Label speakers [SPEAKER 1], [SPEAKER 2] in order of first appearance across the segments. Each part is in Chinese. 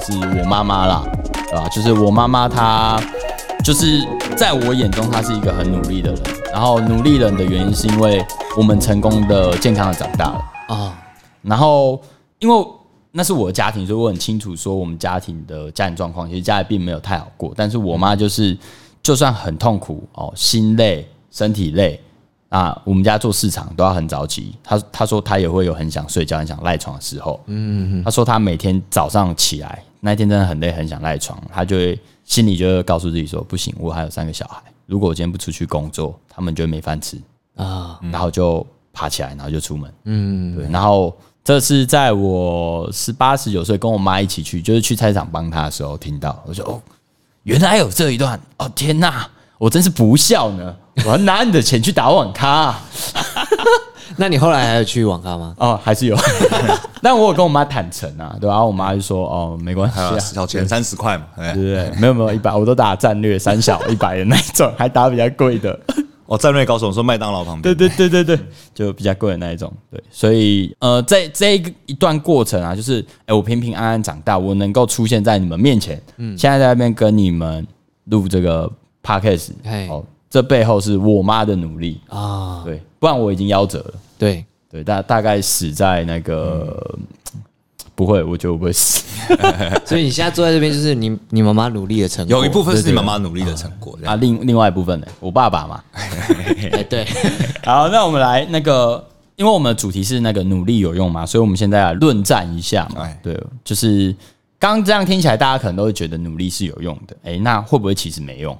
[SPEAKER 1] 指我妈妈啦，对吧？就是我妈妈她，就是在我眼中她是一个很努力的人，然后努力人的原因是因为我们成功的、健康的长大了。
[SPEAKER 2] 啊，
[SPEAKER 1] 然后因为那是我的家庭，所以我很清楚说我们家庭的家庭状况，其实家里并没有太好过。但是我妈就是，就算很痛苦哦，心累、身体累，啊，我们家做市场都要很早起。她她说她也会有很想睡觉、很想赖床的时候。嗯她说她每天早上起来那一天真的很累，很想赖床，她就会心里就会告诉自己说，不行，我还有三个小孩，如果我今天不出去工作，他们就会没饭吃。
[SPEAKER 2] 啊，
[SPEAKER 1] 然后就爬起来，然后就出门。嗯，对。然后这是在我十八十九岁跟我妈一起去，就是去菜市场帮她的时候听到，我说哦，原来有这一段哦，天哪，我真是不孝呢！我要拿你的钱去打网咖啊、
[SPEAKER 2] 那你后来还有去网咖吗？
[SPEAKER 1] 哦，还是有。 但我有跟我妈坦诚啊，对吧、然后我妈就说哦，没关系
[SPEAKER 3] 还
[SPEAKER 1] 啊
[SPEAKER 3] 有。小钱三十块嘛，哎对不
[SPEAKER 1] 对
[SPEAKER 3] 对
[SPEAKER 1] 不对？没有没有一百，我都打战略三小 一百的那一种，还打比较贵的。
[SPEAKER 3] 哦，战略高手说麦当劳旁
[SPEAKER 1] 对
[SPEAKER 3] 边，
[SPEAKER 1] 对对对对，就比较贵的那一种。对，所以呃，在这一个一段过程啊，就是哎、我平平安安长大，我能够出现在你们面前，嗯，现在在那边跟你们录这个 podcast，
[SPEAKER 2] 嘿
[SPEAKER 1] 哦，这背后是我妈的努力，
[SPEAKER 2] 啊，
[SPEAKER 1] 对，不然我已经夭折了，
[SPEAKER 2] 对，
[SPEAKER 1] 对，大大概死在那个、不会，我觉得我不会死，
[SPEAKER 2] 所以你现在坐在这边，就是你你妈妈努力的成果。
[SPEAKER 3] 有一部分是你妈妈努力的成果，这
[SPEAKER 1] 啊，
[SPEAKER 3] 样
[SPEAKER 1] 另另外一部分呢，我爸爸嘛，
[SPEAKER 2] 哎，对，
[SPEAKER 1] 好，那我们来那个，因为我们的主题是那个努力有用嘛，所以我们现在来论战一下嘛
[SPEAKER 3] 哎。
[SPEAKER 1] 对，就是刚刚这样听起来，大家可能都会觉得努力是有用的。哎、那会不会其实没用？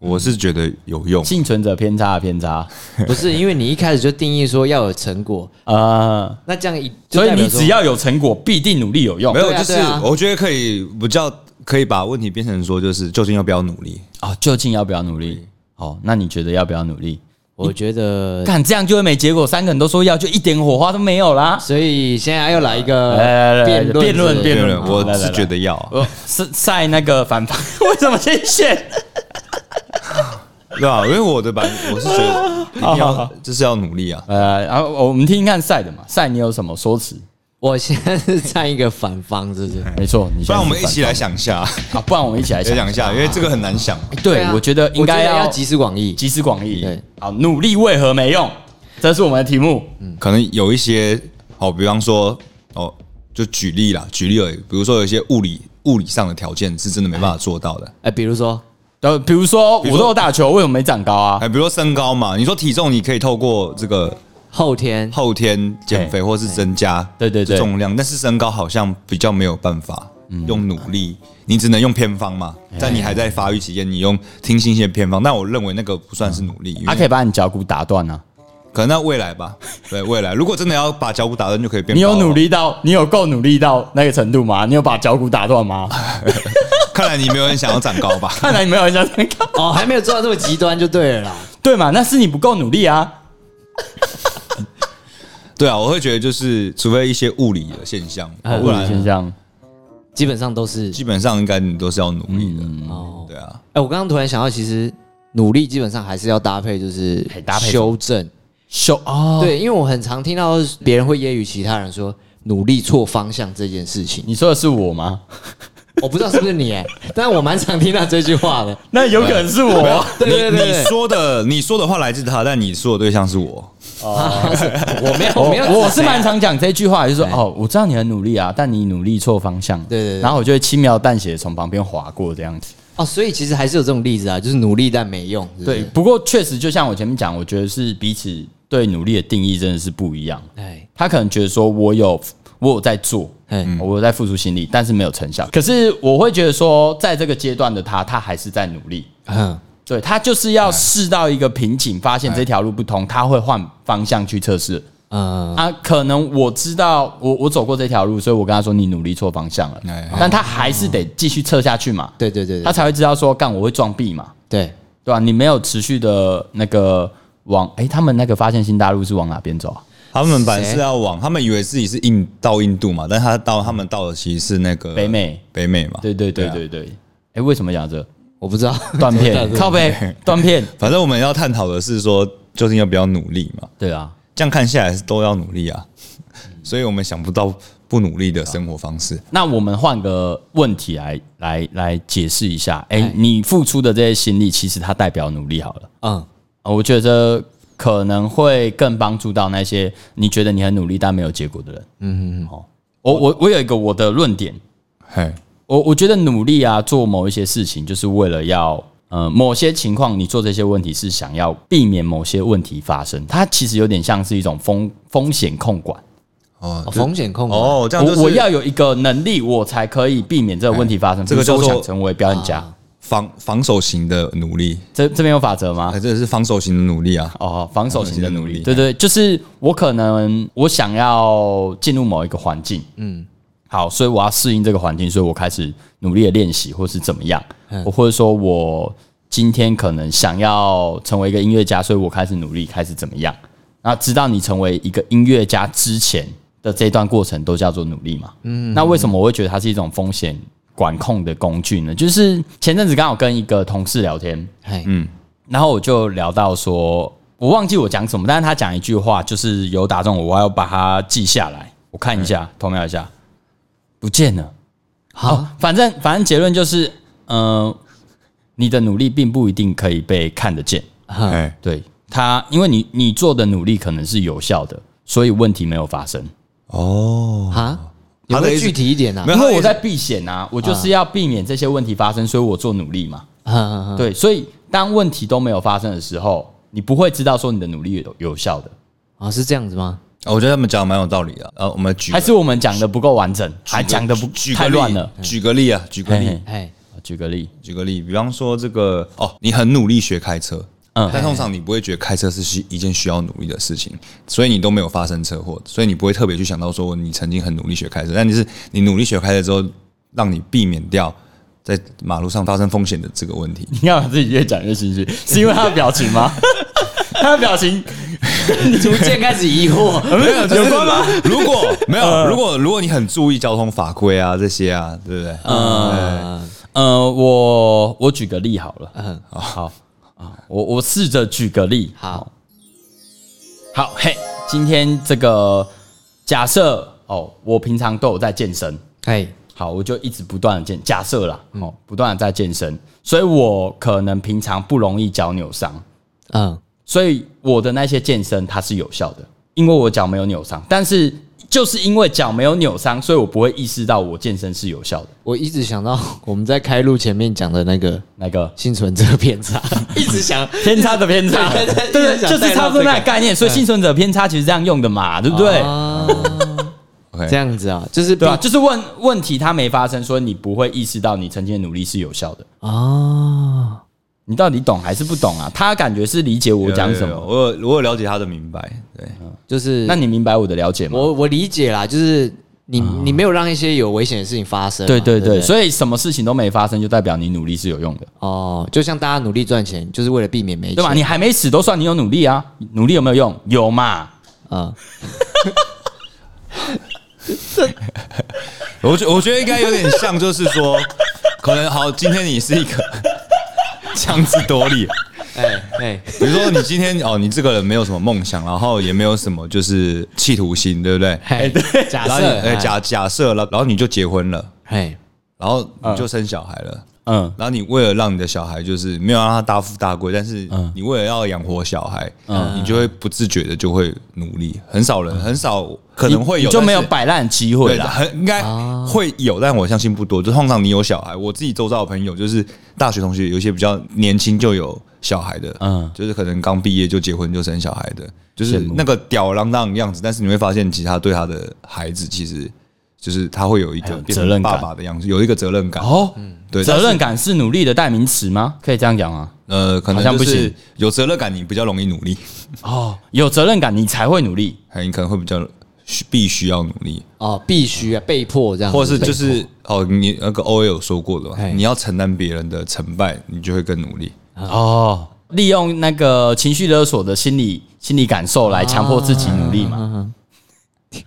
[SPEAKER 3] 我是觉得有用。
[SPEAKER 1] 幸存者偏差的偏差，
[SPEAKER 2] 不是因为你一开始就定义说要有成果，
[SPEAKER 1] 呃，
[SPEAKER 2] 那这样一，就
[SPEAKER 1] 所以
[SPEAKER 2] 代表
[SPEAKER 1] 你
[SPEAKER 2] 说
[SPEAKER 1] 只要有成果，必定努力有用。
[SPEAKER 3] 没有，
[SPEAKER 2] 对啊
[SPEAKER 3] 就是
[SPEAKER 2] 对啊
[SPEAKER 3] 我觉得可以比较可以把问题变成说，就是究竟要不要努力？
[SPEAKER 1] 哦，究竟要不要努力？哦，那你觉得要不要努力？
[SPEAKER 2] 我觉得，
[SPEAKER 1] 看这样就会没结果，三个人都说要，就一点火花都没有啦。
[SPEAKER 2] 所以现在又来一个
[SPEAKER 1] 来来来
[SPEAKER 2] 辩论
[SPEAKER 1] 呃辩论
[SPEAKER 2] 是不是
[SPEAKER 1] 辩
[SPEAKER 3] 对
[SPEAKER 1] 论
[SPEAKER 3] 了，
[SPEAKER 1] 来
[SPEAKER 3] 我
[SPEAKER 1] 来来
[SPEAKER 3] 是觉得要啊，
[SPEAKER 1] 呃，是晒那个反方， 为什么先选？
[SPEAKER 3] 对啊吧？因为我的版，我是觉得一定要就是要努力啊。
[SPEAKER 1] 呃，然后我们听听看赛的嘛，赛你有什么说辞？
[SPEAKER 2] 我现在是站一个反方，是不是？
[SPEAKER 1] 没错，你现
[SPEAKER 3] 不
[SPEAKER 1] 在
[SPEAKER 3] 然我们
[SPEAKER 1] 是
[SPEAKER 3] 一起
[SPEAKER 1] 反
[SPEAKER 3] 来想一下，
[SPEAKER 1] 方啊，不然我们一起来
[SPEAKER 3] 来
[SPEAKER 1] 想
[SPEAKER 3] 想一。下，因为这个很难想。
[SPEAKER 1] 对
[SPEAKER 2] 啊，
[SPEAKER 1] 我觉得应该
[SPEAKER 2] 我觉得
[SPEAKER 1] 要
[SPEAKER 2] 要集思广益。
[SPEAKER 1] 集思广益
[SPEAKER 2] 对。
[SPEAKER 1] 好，努力为何没用？这是我们的题目。
[SPEAKER 2] 嗯
[SPEAKER 3] 可能有一些哦，比方说哦，就举例啦，举例而已。比如说有一些物理物理上的条件是真的没办法做到的，
[SPEAKER 2] 哎，比如说，
[SPEAKER 1] 呃，比如说
[SPEAKER 3] 如
[SPEAKER 1] 我
[SPEAKER 3] 说
[SPEAKER 1] 都有打球，为什么没长高啊？
[SPEAKER 3] 哎，比如说身高嘛，你说体重你可以透过这个
[SPEAKER 2] 后 天
[SPEAKER 3] 后天减肥或是增加
[SPEAKER 1] 对对嗯对
[SPEAKER 3] 重量，但是身高好像比较没有办法用努力，你只能用偏方嘛。在你还在发育期间，你用听信一些偏方，那我认为那个不算是努力，因
[SPEAKER 1] 他嗯啊可以
[SPEAKER 3] 为
[SPEAKER 1] 把你脚骨打断啊！
[SPEAKER 3] 可能那未来 吧，对未来，如果真的要把脚骨打断，就可以变。
[SPEAKER 1] 你有努？力到，你有够努力到那个程度吗？你有把脚骨打断吗？
[SPEAKER 3] 看来你没有人想要长 高吧？
[SPEAKER 1] 看来你没有很想长高，
[SPEAKER 2] 哦，还没有做到这么极端就对了啦。
[SPEAKER 1] 对嘛？那是你不够努力啊！
[SPEAKER 3] 对啊，我会觉得就是，除非一些物理的现象，
[SPEAKER 2] 哎
[SPEAKER 1] 物
[SPEAKER 3] 不
[SPEAKER 1] 理
[SPEAKER 3] 然
[SPEAKER 1] 现象，
[SPEAKER 2] 基本上都是
[SPEAKER 3] 基本上应该你都是要努力的。
[SPEAKER 1] 嗯
[SPEAKER 2] 哦。
[SPEAKER 3] 对啊，
[SPEAKER 2] 哎，我刚刚突然想到，其实努力基本上还是要搭配，就是
[SPEAKER 1] 哎搭配什么
[SPEAKER 2] 修正。
[SPEAKER 1] 修哦，
[SPEAKER 2] 对，因为我很常听到别人会揶揄其他人说努力错方向这件事情，
[SPEAKER 1] 你说的是我吗？
[SPEAKER 2] 我不知道是不是你哎、 但我蛮常听到这句话的。
[SPEAKER 1] 那有可能是我。
[SPEAKER 2] 对对
[SPEAKER 3] 你
[SPEAKER 2] 对
[SPEAKER 3] 你
[SPEAKER 2] 对，
[SPEAKER 3] 说的你说的话来自他，但你说的对象是我。
[SPEAKER 2] 我没有，
[SPEAKER 1] 我
[SPEAKER 2] 哦我没有，啊
[SPEAKER 1] 我是蛮常讲这句话，就是说
[SPEAKER 2] 对
[SPEAKER 1] 哦，我知道你很努力啊，但你努力错方向。
[SPEAKER 2] 对对对
[SPEAKER 1] 然后我就会轻描淡写地从旁边划过这样子。
[SPEAKER 2] 哦，所以其实还是有这种例子啊，就是努力但没用。是不
[SPEAKER 1] 对，
[SPEAKER 2] 是，
[SPEAKER 1] 不过确实就像我前面讲，我觉得是彼此对努力的定义真的是不一样。
[SPEAKER 2] 哎
[SPEAKER 1] 他可能觉得说我有我有在做，哦
[SPEAKER 2] 哎，
[SPEAKER 1] 我有在付出心力，但是没有成效。可是我会觉得说，在这个阶段的他，他还是在努力。
[SPEAKER 2] 嗯，
[SPEAKER 1] 对他就是要试到一个瓶颈，发现这条路不通，他会换方向去测试。
[SPEAKER 2] 嗯，
[SPEAKER 1] 啊，可能我知道我我走过这条路，所以我跟他说你努力错方向了
[SPEAKER 3] 哎，
[SPEAKER 1] 但他还是得继续测下去嘛，
[SPEAKER 2] 对对对
[SPEAKER 1] 他
[SPEAKER 2] 对
[SPEAKER 1] 才会知道说干我会撞壁嘛，
[SPEAKER 2] 对，
[SPEAKER 1] 对吧、你没有持续的那个往，哎、他们那个发现新大陆是往哪边走啊？
[SPEAKER 3] 他们本来是要往，他们以为自己是印到印度嘛，但他到他们到的其实是那个
[SPEAKER 1] 北美
[SPEAKER 3] 北美嘛。
[SPEAKER 1] 对对对
[SPEAKER 3] 啊
[SPEAKER 1] 对对，哎、为什么讲这
[SPEAKER 2] 我不知 道
[SPEAKER 1] 断
[SPEAKER 2] 真
[SPEAKER 1] 片
[SPEAKER 2] 的
[SPEAKER 1] 靠背断片？
[SPEAKER 3] 反正我们要探讨的是说，究竟要不要努力嘛？
[SPEAKER 1] 对啊，嗯
[SPEAKER 3] 这样看下来是都要努力啊，所以我们想不到不不努力的生活方式。
[SPEAKER 1] 那我们换个问题来来来解释一下，哎、
[SPEAKER 2] 哎
[SPEAKER 1] 你付出的这些心力，其实它代表努力好了。
[SPEAKER 2] 嗯，
[SPEAKER 1] 啊我觉得可能会更帮助到那些你觉得你很努力但没有结果的人。嗯嗯，哦，我我我有一个我的论点，
[SPEAKER 3] 嘿，
[SPEAKER 1] 我我觉得努力啊，做某一些事情，就是为了要，呃，某些情况你做这些问题是想要避免某些问题发生，它其实有点像是一种风风险控管。
[SPEAKER 3] 哦
[SPEAKER 2] 哦风险控管
[SPEAKER 3] 哦，这样就是
[SPEAKER 1] 啊我我要有一个能力，我才可以避免这个问题发生。
[SPEAKER 3] 哎这个
[SPEAKER 1] 比如说我
[SPEAKER 3] 叫做啊
[SPEAKER 1] 想成为表演家，
[SPEAKER 3] 防防守型的努力，
[SPEAKER 1] 这这边有法则吗
[SPEAKER 3] 啊，？这是防守型的努力啊。
[SPEAKER 1] 哦，防守型的努力，
[SPEAKER 3] 防守型的努力
[SPEAKER 1] 对对，就是我可能我想要进入某一个环境，嗯，好，所以我要适应这个环境，所以我开始努力的练习，或是怎么样，我或者说我今天可能想要成为一个音乐家，所以我开始努力，开始怎么样，那直到你成为一个音乐家之前的这一段过程都叫做努力嘛，嗯，那为什么我会觉得它是一种风险管控的工具呢？就是前阵子刚好跟一个同事聊天，
[SPEAKER 2] 嘿，
[SPEAKER 1] 然后我就聊到说，我忘记我讲什么，但是他讲一句话，就是有打中我，我要把它记下来，我看一下，偷瞄一下，不见了。好，反正反正结论就是，呃，你的努力并不一定可以被看得见，
[SPEAKER 2] 嗯
[SPEAKER 3] 哎，
[SPEAKER 1] 对他，因为你你做的努力可能是有效的，所以问题没有发生。
[SPEAKER 3] 哦，
[SPEAKER 2] 哈，有
[SPEAKER 3] 他的
[SPEAKER 2] 没
[SPEAKER 3] 意
[SPEAKER 2] 有
[SPEAKER 3] 思
[SPEAKER 2] 具体一点啊
[SPEAKER 3] 没？有
[SPEAKER 1] 因为我在避险啊，我就是要避免这些问题发生，所以我做努力嘛。
[SPEAKER 2] 嗯嗯
[SPEAKER 1] 对，所以当问题都没有发生的时候，你不会知道说你的努力有有效的。
[SPEAKER 2] 啊，是这样子吗？
[SPEAKER 3] 哦我觉得他们讲得蛮有道理的。呃，我们举个
[SPEAKER 1] 还是我们讲的不够完整，还
[SPEAKER 3] 举个
[SPEAKER 1] 讲的不
[SPEAKER 3] 举
[SPEAKER 1] 太
[SPEAKER 3] 个例
[SPEAKER 1] 乱了。嗯
[SPEAKER 3] 举个例啊，举个
[SPEAKER 1] 嘿
[SPEAKER 3] 例
[SPEAKER 1] 嘿，
[SPEAKER 2] 哎，
[SPEAKER 1] 举个例，
[SPEAKER 3] 举个例，比方说这个哦，你很努力学开车，
[SPEAKER 1] 嗯
[SPEAKER 3] 嗯，但通常你不会觉得开车是需一件需要努力的事情，所以你都没有发生车祸，所以你不会特别去想到说你曾经很努力学开车，但你是你努力学开车之后，让你避免掉在马路上发生风险的这个问题。
[SPEAKER 1] 你看我自己越讲越心虚，是因为他的表情 吗？他的表情
[SPEAKER 2] 逐渐开始疑惑，
[SPEAKER 3] 没有有关吗？如果没
[SPEAKER 1] 呃
[SPEAKER 3] 有，如果如果你很注意交通法规啊这些啊，对不对？
[SPEAKER 2] 嗯
[SPEAKER 1] 呃，我我举个例好了，
[SPEAKER 2] 嗯，
[SPEAKER 3] 哦
[SPEAKER 1] 好啊，我我试着举个例，
[SPEAKER 2] 好，
[SPEAKER 1] 好嘿，今天这个假设哦，我平常都有在健身，
[SPEAKER 2] 哎，
[SPEAKER 1] 好，我就一直不断的健，假设啦，
[SPEAKER 3] 嗯
[SPEAKER 1] 哦，不断的在健身，所以我可能平常不容易脚扭伤，
[SPEAKER 2] 嗯
[SPEAKER 1] 所以我的那些健身它是有效的，因为我脚没有扭伤。但是就是因为脚没有扭伤，所以我不会意识到我健身是有效的。
[SPEAKER 2] 我一直想到 我们在开录前面讲的那个
[SPEAKER 1] 那个
[SPEAKER 2] 幸存者偏差， 一直想
[SPEAKER 1] 偏差的偏差，
[SPEAKER 2] 对
[SPEAKER 1] 对
[SPEAKER 2] 对对
[SPEAKER 1] 对，
[SPEAKER 2] 一直想
[SPEAKER 1] 就是
[SPEAKER 2] 带到
[SPEAKER 1] 差不多
[SPEAKER 2] 这个
[SPEAKER 1] 那个概念。所以幸存者偏差其实这样用的嘛，对不对？
[SPEAKER 2] 啊
[SPEAKER 3] OK
[SPEAKER 2] 这样子啊，就是
[SPEAKER 1] 对吧、
[SPEAKER 2] 啊
[SPEAKER 1] 就是问问题它没发生，所以你不会意识到你曾经的努力是有效的。
[SPEAKER 2] 哦
[SPEAKER 1] 你到底懂还是不懂啊？他感觉是理解我讲什
[SPEAKER 3] 有有有
[SPEAKER 1] 么。
[SPEAKER 3] 我有我有了解他的明白，对，
[SPEAKER 2] 就是
[SPEAKER 1] 那你明白我的了解吗？
[SPEAKER 2] 我我理解啦，就是你、你没有让一些有危险的事情发生嘛，啊
[SPEAKER 1] 对对
[SPEAKER 2] 对
[SPEAKER 1] 对，
[SPEAKER 2] 不
[SPEAKER 1] 所以什么事情都没发生，就代表你努力是有用的。
[SPEAKER 2] 哦，就像大家努力赚钱，就是为了避免没钱，
[SPEAKER 1] 对吧？你还没死都算你有努力啊，努力有没有用？有嘛？
[SPEAKER 2] 啊、
[SPEAKER 3] 我觉我觉得应该有点像，就是说，可能好，今天你是一个 强词夺理。
[SPEAKER 2] 哎哎，
[SPEAKER 3] 啊比如说你今天哦，你这个人没有什么梦想，然后也没有什么就是企图心，对不对？
[SPEAKER 2] 哎，对，假
[SPEAKER 3] 然后
[SPEAKER 2] 设
[SPEAKER 3] 你哎，假假设了，然后你就结婚了，
[SPEAKER 2] 哎，
[SPEAKER 3] 然后你就生小孩了，
[SPEAKER 1] 嗯，
[SPEAKER 3] 然后你为了让你的小孩就是没有让他大富大贵，但是
[SPEAKER 1] 嗯
[SPEAKER 3] 你为了要养活小孩，你就会不自觉的就会努力。很少人，很少可能会
[SPEAKER 1] 嗯你
[SPEAKER 3] 有，
[SPEAKER 1] 你就没有
[SPEAKER 3] 但是
[SPEAKER 1] 摆烂机
[SPEAKER 3] 对
[SPEAKER 1] 会
[SPEAKER 3] 的，
[SPEAKER 1] 啦。
[SPEAKER 3] 很应该会有，但我相信不多。就通常你有小孩，我自己周遭的朋友就是大学同学，有一些比较年轻就有小孩的，
[SPEAKER 1] 嗯
[SPEAKER 3] 嗯，就是可能刚毕业就结婚就生小孩的，就是
[SPEAKER 1] 羡慕
[SPEAKER 3] 那个吊儿郎当的样子。但是你会发现，其实他对他的孩子，其实就是他会有一
[SPEAKER 1] 还
[SPEAKER 3] 个
[SPEAKER 1] 有
[SPEAKER 3] 变
[SPEAKER 1] 责
[SPEAKER 3] 成
[SPEAKER 1] 任感
[SPEAKER 3] 爸爸的样子，有一个责任感。
[SPEAKER 1] 哦，
[SPEAKER 3] 对，
[SPEAKER 1] 责任感是努力的代名词吗？可以这样讲吗？
[SPEAKER 3] 但是呃，可
[SPEAKER 1] 好像
[SPEAKER 3] 能
[SPEAKER 1] 不
[SPEAKER 3] 就
[SPEAKER 1] 行
[SPEAKER 3] 是有责任感，你比较容易努力，哎
[SPEAKER 1] 哦，有责任感你才会努力。
[SPEAKER 3] 还有你可能会比较需必须要努力。
[SPEAKER 2] 哦，必须啊，被迫这样子，
[SPEAKER 3] 或者是就
[SPEAKER 2] 被
[SPEAKER 3] 是哦，你那个 O A 有说过的嘛，
[SPEAKER 2] 哎
[SPEAKER 3] 你要承担别人的成败，你就会更努力。
[SPEAKER 2] 嗯
[SPEAKER 1] 哦，利用那个情绪勒索的心理心理感受来强迫自己努
[SPEAKER 2] 嗯
[SPEAKER 1] 力嘛？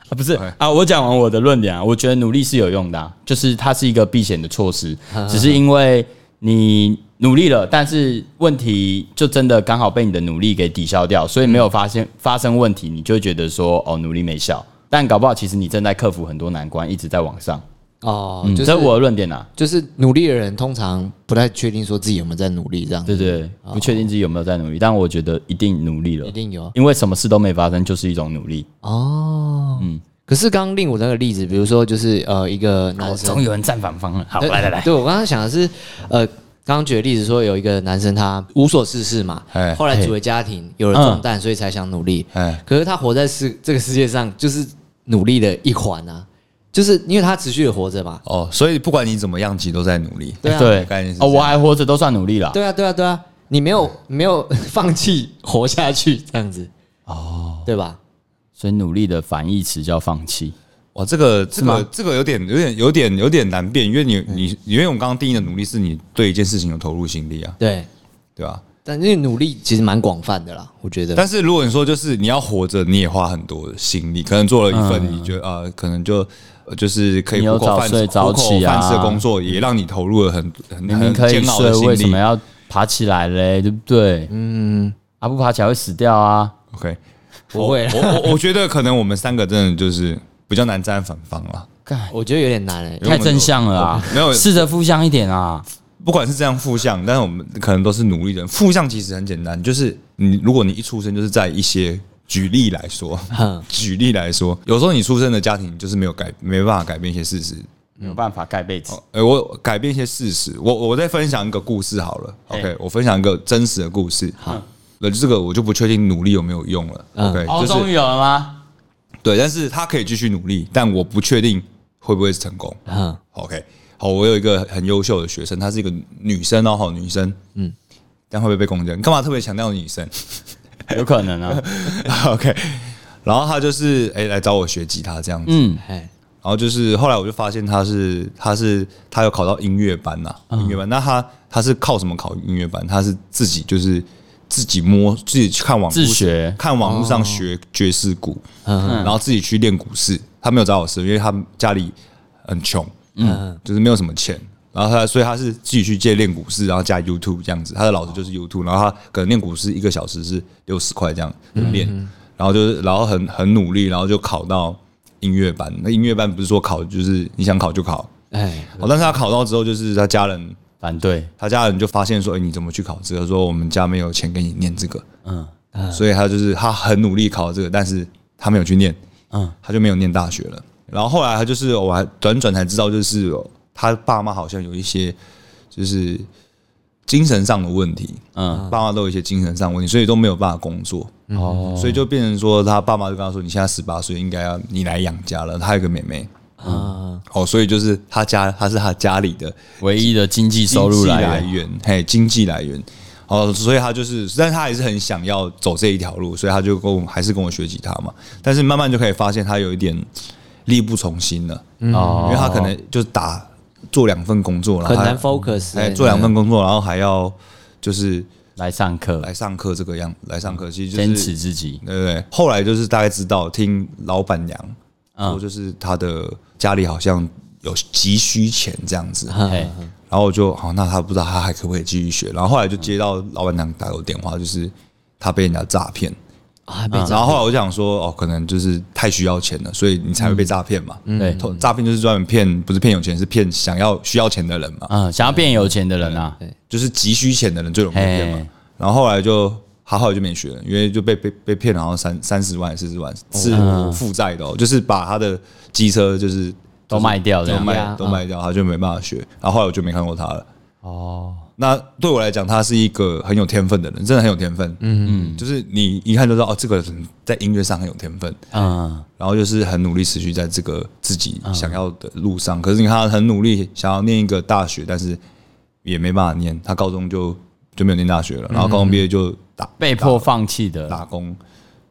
[SPEAKER 1] 啊，不是
[SPEAKER 2] 哎
[SPEAKER 1] 啊，我讲完我的论点啊，我觉得努力是有用的、啊，就是它是一个避险的措施，
[SPEAKER 2] 嗯
[SPEAKER 1] 只是因为你努力了，但是问题就真的刚好被你的努力给抵消掉，所以没有发现发生问题，你就会觉得说哦，努力没效。但搞不好其实你正在克服很多难关，一直在往上。
[SPEAKER 2] 哦，
[SPEAKER 1] 嗯，
[SPEAKER 2] 就
[SPEAKER 1] 这
[SPEAKER 2] 是
[SPEAKER 1] 是我的论点啊。
[SPEAKER 2] 就是努力的人通常不太确定说自己有没有在努力，这样
[SPEAKER 1] 对对，
[SPEAKER 2] 哦
[SPEAKER 1] 不确定自己有没有在努力，但我觉得一定努力了
[SPEAKER 2] 一，定有
[SPEAKER 1] 因为什么事都没发生就是一种努力。
[SPEAKER 2] 哦。嗯，可是刚刚令我那个例子，比如说就是呃一个
[SPEAKER 1] 好，
[SPEAKER 2] 男
[SPEAKER 3] 哦
[SPEAKER 2] 生，
[SPEAKER 1] 终于有人站反方了。好，
[SPEAKER 2] 呃
[SPEAKER 1] 来来来，
[SPEAKER 2] 对我刚刚想的是，呃，刚刚举的例子说有一个男生他无所事事嘛
[SPEAKER 3] 哎，
[SPEAKER 2] 后来组了家庭，有了重担，所以才想努力。
[SPEAKER 1] 嗯
[SPEAKER 3] 哎，
[SPEAKER 2] 可是他活在世这个世界上，就是努力的一环啊，就是因为他持续的活着嘛。
[SPEAKER 3] 哦，所以不管你怎么样，其实都在努力。
[SPEAKER 2] 对啊，
[SPEAKER 1] 对
[SPEAKER 3] 概念是这
[SPEAKER 1] 哦，
[SPEAKER 3] 样
[SPEAKER 1] 我还活着都算努力了。
[SPEAKER 2] 对啊，对啊，对啊，你没有没有 放弃活下去这样子，哦，对吧？
[SPEAKER 1] 所以努力的反义词叫放弃。
[SPEAKER 3] 哎哇，这个嗯这个这个有点有点有点有点难辨，因为你你因为我们刚刚定义的努力是你对一件事情有投入心力啊，
[SPEAKER 2] 对，
[SPEAKER 3] 对吧、
[SPEAKER 2] 但因为努力其实蛮广泛的啦，我觉得。
[SPEAKER 3] 但是如果你说就是你要活着，你也花很多心力，可能做了一份你觉得啊、呃可能就呃就是可以
[SPEAKER 1] 你有
[SPEAKER 3] 糊口
[SPEAKER 1] 早
[SPEAKER 3] 饭
[SPEAKER 1] 睡早
[SPEAKER 3] 糊口
[SPEAKER 1] 起啊
[SPEAKER 3] 饭吃的工作，也让你投入了很很
[SPEAKER 1] 明明
[SPEAKER 3] 很
[SPEAKER 1] 可以
[SPEAKER 3] 煎熬的
[SPEAKER 1] 睡，为什
[SPEAKER 3] 心
[SPEAKER 1] 么
[SPEAKER 3] 力。
[SPEAKER 1] 要爬起来嘞？对不对？嗯，啊，不爬起来会死掉啊。
[SPEAKER 3] OK，
[SPEAKER 2] 不会啦
[SPEAKER 3] 我我我觉得可能我们三个真的就是比较难站反方了。
[SPEAKER 1] 干，
[SPEAKER 2] 我觉得有点难欸诶、
[SPEAKER 3] 为我
[SPEAKER 1] 太
[SPEAKER 3] 们
[SPEAKER 1] 正向了啊！
[SPEAKER 3] 没有
[SPEAKER 1] 试着负向一点啊。
[SPEAKER 3] 不管是这样负向，但是我们可能都是努力的人。负向其实很简单，就是你如果你一出生就是在一些举例来说，
[SPEAKER 2] 哼
[SPEAKER 3] 举例来说，有时候你出生的家庭就是没有改，没办法改变一些事实。
[SPEAKER 1] 没有办法盖被子，
[SPEAKER 3] 哎、我改变一些事实，我我再分享一个故事好了。
[SPEAKER 1] 嘿
[SPEAKER 3] OK，我分享一个真实的故事。好，那这个我就不确定努力有没有用了。
[SPEAKER 2] 嗯
[SPEAKER 3] OK，、
[SPEAKER 1] 哦，
[SPEAKER 3] 就
[SPEAKER 1] 终于
[SPEAKER 3] 是
[SPEAKER 1] 有了吗？
[SPEAKER 3] 对，但是他可以继续努力，但我不确定会不会成功。
[SPEAKER 2] 哼，
[SPEAKER 3] OK，好，我有一个很优秀的学生，她是一个女生哦，好女生，嗯，但会不会被攻击？你干嘛特别强调女生
[SPEAKER 1] 有可能啊。
[SPEAKER 3] ？OK，然后她就是哎、来找我学吉他这样子，
[SPEAKER 1] 嗯，
[SPEAKER 2] 哎，
[SPEAKER 3] 然后就是后来我就发现她是她是她有考到音乐班呐、音乐班，那她她是靠什么考音乐班？她是自己就是自己摸自己去看网
[SPEAKER 1] 自
[SPEAKER 3] 络
[SPEAKER 1] 学
[SPEAKER 3] 看网络上学爵士鼓，
[SPEAKER 2] 嗯
[SPEAKER 3] 然后自己去练鼓式。她没有找老师，因为她家里很穷，
[SPEAKER 2] 嗯，
[SPEAKER 3] 就是没有什么钱。然后他，所以他是自己去借练股市，然后加 YouTube 这样子。他的老师就是 YouTube，然后他可能练股市一个小时是六十块这样就练，然后就是然后很很努力，然后就考到音乐班。那音乐班不是说考就是你想考就考，
[SPEAKER 2] 哎，
[SPEAKER 3] 哦，但是他考到之后，就是他家人
[SPEAKER 1] 反对。
[SPEAKER 3] 他家人就发现说，哎、你怎么去考这个？说我们家没有钱给你念这个，
[SPEAKER 1] 嗯
[SPEAKER 3] 所以他就是他很努力考这个，但是他没有去念，
[SPEAKER 1] 嗯，
[SPEAKER 3] 他就没有念大学了。然后后来他就是我还短短才知道，就是他爸妈好像有一些就是精神上的问题，
[SPEAKER 1] 嗯
[SPEAKER 3] 嗯，爸妈都有一些精神上的问题，所以都没有办法工作，
[SPEAKER 1] 哦，
[SPEAKER 3] 所以就变成说他爸妈就跟他说，你现在十八岁，应该要你来养家了。他有个妹妹，
[SPEAKER 2] 嗯，
[SPEAKER 3] 哦，所以就是他家他是他家里的
[SPEAKER 1] 唯一的经济收入
[SPEAKER 3] 经济
[SPEAKER 1] 来
[SPEAKER 3] 来
[SPEAKER 1] 源。
[SPEAKER 3] 源，嘿，经济来源。哦，所以他就是，但是他还是很想要走这一条路，所以他就跟我还是跟我学吉他嘛。但是慢慢就可以发现他有一点力不从心了，
[SPEAKER 1] 哦
[SPEAKER 3] 因为他可能就是打做两份工作，然后
[SPEAKER 2] 很
[SPEAKER 3] 还
[SPEAKER 2] 难 focus
[SPEAKER 3] 哎
[SPEAKER 2] 欸
[SPEAKER 3] 做两份工作，然后还要就是
[SPEAKER 1] 来上课，
[SPEAKER 3] 来上课这个样，来上课其
[SPEAKER 1] 嗯
[SPEAKER 3] 实
[SPEAKER 1] 坚
[SPEAKER 3] 就
[SPEAKER 1] 持
[SPEAKER 3] 是
[SPEAKER 1] 自己。
[SPEAKER 3] 对对对。后来就是大概知道听老板娘
[SPEAKER 1] 嗯
[SPEAKER 3] 说，就是他的家里好像有急需钱这样子，
[SPEAKER 1] 嘿，
[SPEAKER 3] 然后我就好，那他不知道他还可不可以继续学。然后后来就接到老板娘打我电话，就是他被人家诈骗。
[SPEAKER 2] 啊，被
[SPEAKER 3] 然
[SPEAKER 2] 找
[SPEAKER 3] 后后来我就想说，哦，可能就是太需要钱了，所以你才会被诈骗嘛。
[SPEAKER 1] 嗯对，
[SPEAKER 3] 偷诈骗就是专门骗，不是骗有钱人，是骗想要需要钱的人嘛，
[SPEAKER 1] 嗯，想要变有钱的人啊，
[SPEAKER 3] 就是急需钱的人最容易被骗
[SPEAKER 1] 嘿
[SPEAKER 3] 嘛。然后后来就好好就没学了，因为就被被被骗了，好像三三十万、四十万是负债的、哦，就是把他的机车就是
[SPEAKER 1] 都卖掉这
[SPEAKER 3] 都
[SPEAKER 1] 样。
[SPEAKER 3] 卖
[SPEAKER 2] 呀
[SPEAKER 3] 都
[SPEAKER 2] 嗯
[SPEAKER 3] 卖掉，他就没办法学。然后后来我就没看过他了。
[SPEAKER 1] 哦，
[SPEAKER 3] 那对我来讲，他是一个很有天分的人，真的很有天分。嗯嗯，就是你一看就知道哦，这个人在音乐上很有天分，
[SPEAKER 1] 嗯，
[SPEAKER 3] 然后就是很努力持续在这个自己想要的路上。可是你看他很努力想要念一个大学，但是也没办法念，他高中就就没有念大学了，然后高中毕业就打
[SPEAKER 1] 嗯被迫放弃的，
[SPEAKER 3] 打工，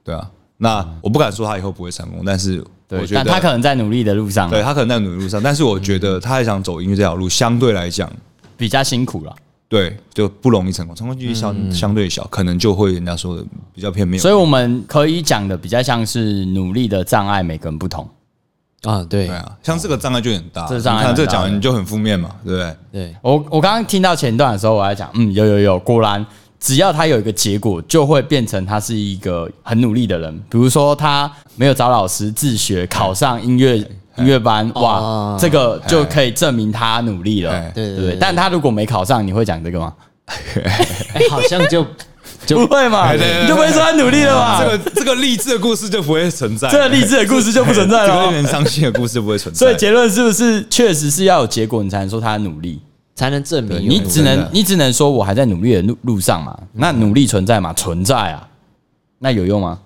[SPEAKER 3] 对啊。那我不敢说他以后不会成功，但是我
[SPEAKER 1] 对，
[SPEAKER 3] 觉得
[SPEAKER 1] 但他可能在努力的路上，啊
[SPEAKER 3] 对他可能在努力路上，但是我觉得他还想走音乐这条路，相对来讲
[SPEAKER 1] 比较辛苦了。
[SPEAKER 3] 对，就不容易成功，成功几率相相对小，可能就会人家说的比较片面。
[SPEAKER 1] 嗯所以我们可以讲的比较像是努力的障碍，每个人不同。
[SPEAKER 2] 啊，对
[SPEAKER 3] 对啊，像这个障碍就很大，
[SPEAKER 1] 这个障碍
[SPEAKER 3] 你看这
[SPEAKER 1] 蛮大的
[SPEAKER 3] 讲你就很负面嘛，对不对？
[SPEAKER 2] 对，
[SPEAKER 1] 我我刚刚听到前段的时候，我在讲，嗯，有有有，果然只要他有一个结果，就会变成他是一个很努力的人。比如说，他没有找老师自学，考上音乐音乐班，哇
[SPEAKER 2] 哦，
[SPEAKER 1] 这个就可以证明他努力了
[SPEAKER 3] 哎，
[SPEAKER 2] 对
[SPEAKER 1] 对
[SPEAKER 2] 对
[SPEAKER 1] 不对
[SPEAKER 2] 对？
[SPEAKER 1] 但他如果没考上，你会讲这个吗？
[SPEAKER 2] 哎好像就
[SPEAKER 1] 不会嘛，
[SPEAKER 3] 对对 对
[SPEAKER 1] 你就不会说他努力了嘛？
[SPEAKER 3] 这个这个励志的故事就不会存在，
[SPEAKER 1] 啊哦 这个励志的故事就不存在
[SPEAKER 3] 这
[SPEAKER 1] 了
[SPEAKER 3] 个
[SPEAKER 1] 哦
[SPEAKER 3] 令。人伤心的故事就不会存在。
[SPEAKER 1] 所以结论是不是确实是要有结果，你才能说他努力？
[SPEAKER 2] 才能证明有
[SPEAKER 1] 你
[SPEAKER 2] 人
[SPEAKER 1] 只
[SPEAKER 3] 真
[SPEAKER 1] 能
[SPEAKER 3] 的
[SPEAKER 1] 你只能说我还在努力的路路上嘛，那努力存在嘛，存在啊，那有用吗？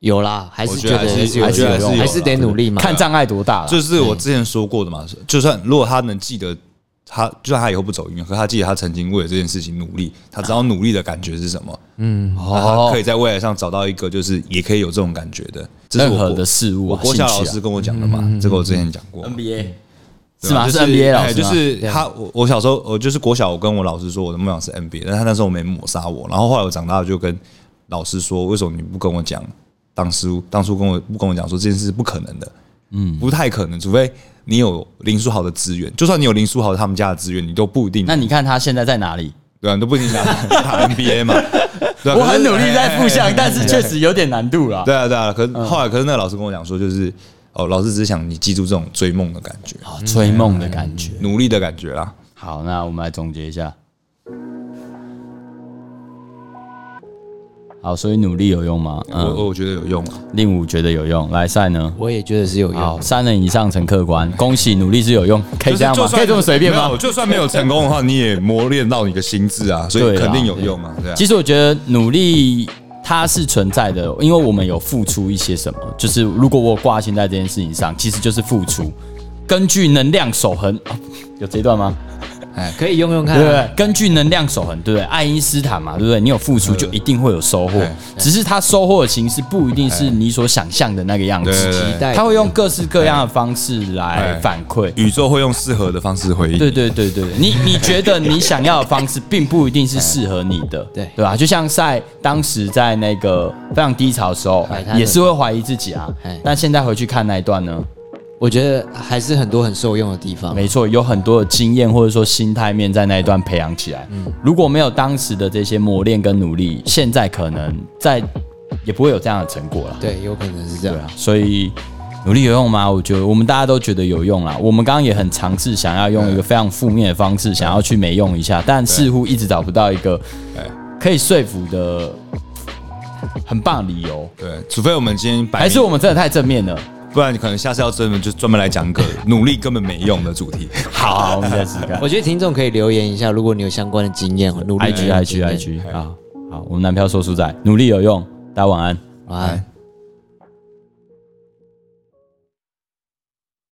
[SPEAKER 2] 有啦，还是
[SPEAKER 3] 我
[SPEAKER 2] 觉
[SPEAKER 3] 觉得
[SPEAKER 2] 得
[SPEAKER 3] 还是
[SPEAKER 2] 有
[SPEAKER 1] 还是有
[SPEAKER 2] 用
[SPEAKER 1] 用
[SPEAKER 2] 还是得努力嘛。
[SPEAKER 1] 看障碍多大了，
[SPEAKER 3] 就是我之前说过的嘛，就算如果他能记得他，就算他以后不走音乐，可他记得他曾经为了这件事情努力，他知道努力的感觉是什么，嗯，
[SPEAKER 1] 哦
[SPEAKER 3] 他可以在未来上找到一个就是也可以有这种感觉的，这是
[SPEAKER 1] 任
[SPEAKER 3] 我
[SPEAKER 1] 何
[SPEAKER 3] 国
[SPEAKER 1] 的事物
[SPEAKER 3] 我
[SPEAKER 1] 啊，
[SPEAKER 3] 国小老师
[SPEAKER 1] 兴趣
[SPEAKER 3] 跟我讲的嘛，这个我之前讲过
[SPEAKER 1] 啊
[SPEAKER 3] 嘛。
[SPEAKER 1] NBA
[SPEAKER 3] 对
[SPEAKER 1] 是吗？
[SPEAKER 3] 就是
[SPEAKER 1] NBA 老
[SPEAKER 3] 哎
[SPEAKER 1] 师
[SPEAKER 3] 就
[SPEAKER 1] 吗
[SPEAKER 3] 是他，我我小时候我就是国小，我跟我老师说我的梦想是 NBA，但他那时候没抹杀我，然后后来我长大就跟老师说，为什么你不跟我讲？当初当初跟我不跟我讲说这件事是不可能的，嗯，不太可能，除非你有林书豪的资源，就算你有林书豪他们家的资源，你都不一定，
[SPEAKER 1] 那你看他现在在哪里？
[SPEAKER 3] 对啊，你都不一定拿打 NBA 嘛。对啊
[SPEAKER 1] 我很努力在
[SPEAKER 3] 可
[SPEAKER 1] 负
[SPEAKER 3] 是哎哎哎
[SPEAKER 1] 向，但是确实嗯有点难度啦。
[SPEAKER 3] 对啊对啊，可是后来可是那个老师跟我讲说，就是哦，老师只是想你记住这种追梦的感觉，
[SPEAKER 1] 哦追梦的感觉。
[SPEAKER 3] 努力的感觉啦。
[SPEAKER 1] 好，那我们来总结一下。好，所以努力有用吗？嗯，
[SPEAKER 3] 我我觉得有用啊。
[SPEAKER 1] 令武觉得有用，来赛呢？
[SPEAKER 2] 我也觉得是有
[SPEAKER 1] 好，
[SPEAKER 2] 用，
[SPEAKER 1] 三人以上成客观，恭喜努力是有用，可以这样
[SPEAKER 3] 就
[SPEAKER 1] 吗？
[SPEAKER 3] 是就算
[SPEAKER 1] 可以这么随便吗
[SPEAKER 3] 没？有就算没有成功的话，你也磨练到你的心智啊，所以
[SPEAKER 1] 对啦
[SPEAKER 3] 肯定有用啊，对啊。
[SPEAKER 1] 其实我觉得努力它是存在的，因为我们有付出一些什么。就是如果我挂心在这件事情上，其实就是付出。根据能量守恒， 啊有这一段吗？
[SPEAKER 2] 可以用用看
[SPEAKER 1] 对不
[SPEAKER 2] 啊。
[SPEAKER 1] 对？根据能量守恒，对不对？爱因斯坦嘛，对不对？你有付出
[SPEAKER 3] 嗯
[SPEAKER 1] 就一定会有收获
[SPEAKER 3] 哎，
[SPEAKER 1] 只是他收获的形式不一定是你所想象的那个样
[SPEAKER 3] 对对
[SPEAKER 1] 子，
[SPEAKER 3] 对
[SPEAKER 2] 期待
[SPEAKER 1] 他会用各式各样的方式来
[SPEAKER 3] 哎
[SPEAKER 1] 反馈。
[SPEAKER 3] 宇宙会用适合的方式回应。
[SPEAKER 1] 对对对对，你你觉得你想要的方式，并不一定是适合你的，
[SPEAKER 2] 对
[SPEAKER 1] 对吧？就像在当时在那个非常低潮的时候
[SPEAKER 2] 摆哎摊，的
[SPEAKER 1] 也是会怀疑自己啊
[SPEAKER 2] 哎。嗯
[SPEAKER 1] 但现在回去看那一段呢，
[SPEAKER 2] 我觉得还是很多很受用的地方。
[SPEAKER 1] 没错，有很多的经验或者说心态面在那一段培养起来。
[SPEAKER 2] 嗯
[SPEAKER 1] 如果没有当时的这些磨练跟努力，现在可能在也不会有这样的成果了。
[SPEAKER 2] 对，有可能是这
[SPEAKER 1] 对啊，
[SPEAKER 2] 样。
[SPEAKER 1] 所以努力有用吗？我觉得我们大家都觉得有用啦。我们刚刚也很尝试想要用一个非常负面的方式，想要去没用一下，但似乎一直找不到一个可以说服的很棒的理由。
[SPEAKER 3] 对，除非我们今天摆明
[SPEAKER 1] 还是我们真的太正面了？
[SPEAKER 3] 不然可能下次要专门就专门来讲一个努力根本没用的主题。
[SPEAKER 1] 好，我们再试 试看
[SPEAKER 2] 我。觉得听众可以留言一下，如果你有相关的经验，努力
[SPEAKER 1] IG
[SPEAKER 2] 的经
[SPEAKER 1] IG
[SPEAKER 2] 验
[SPEAKER 1] IG 啊，好，我们男票说书仔努力有用，大家晚安。
[SPEAKER 2] 晚安。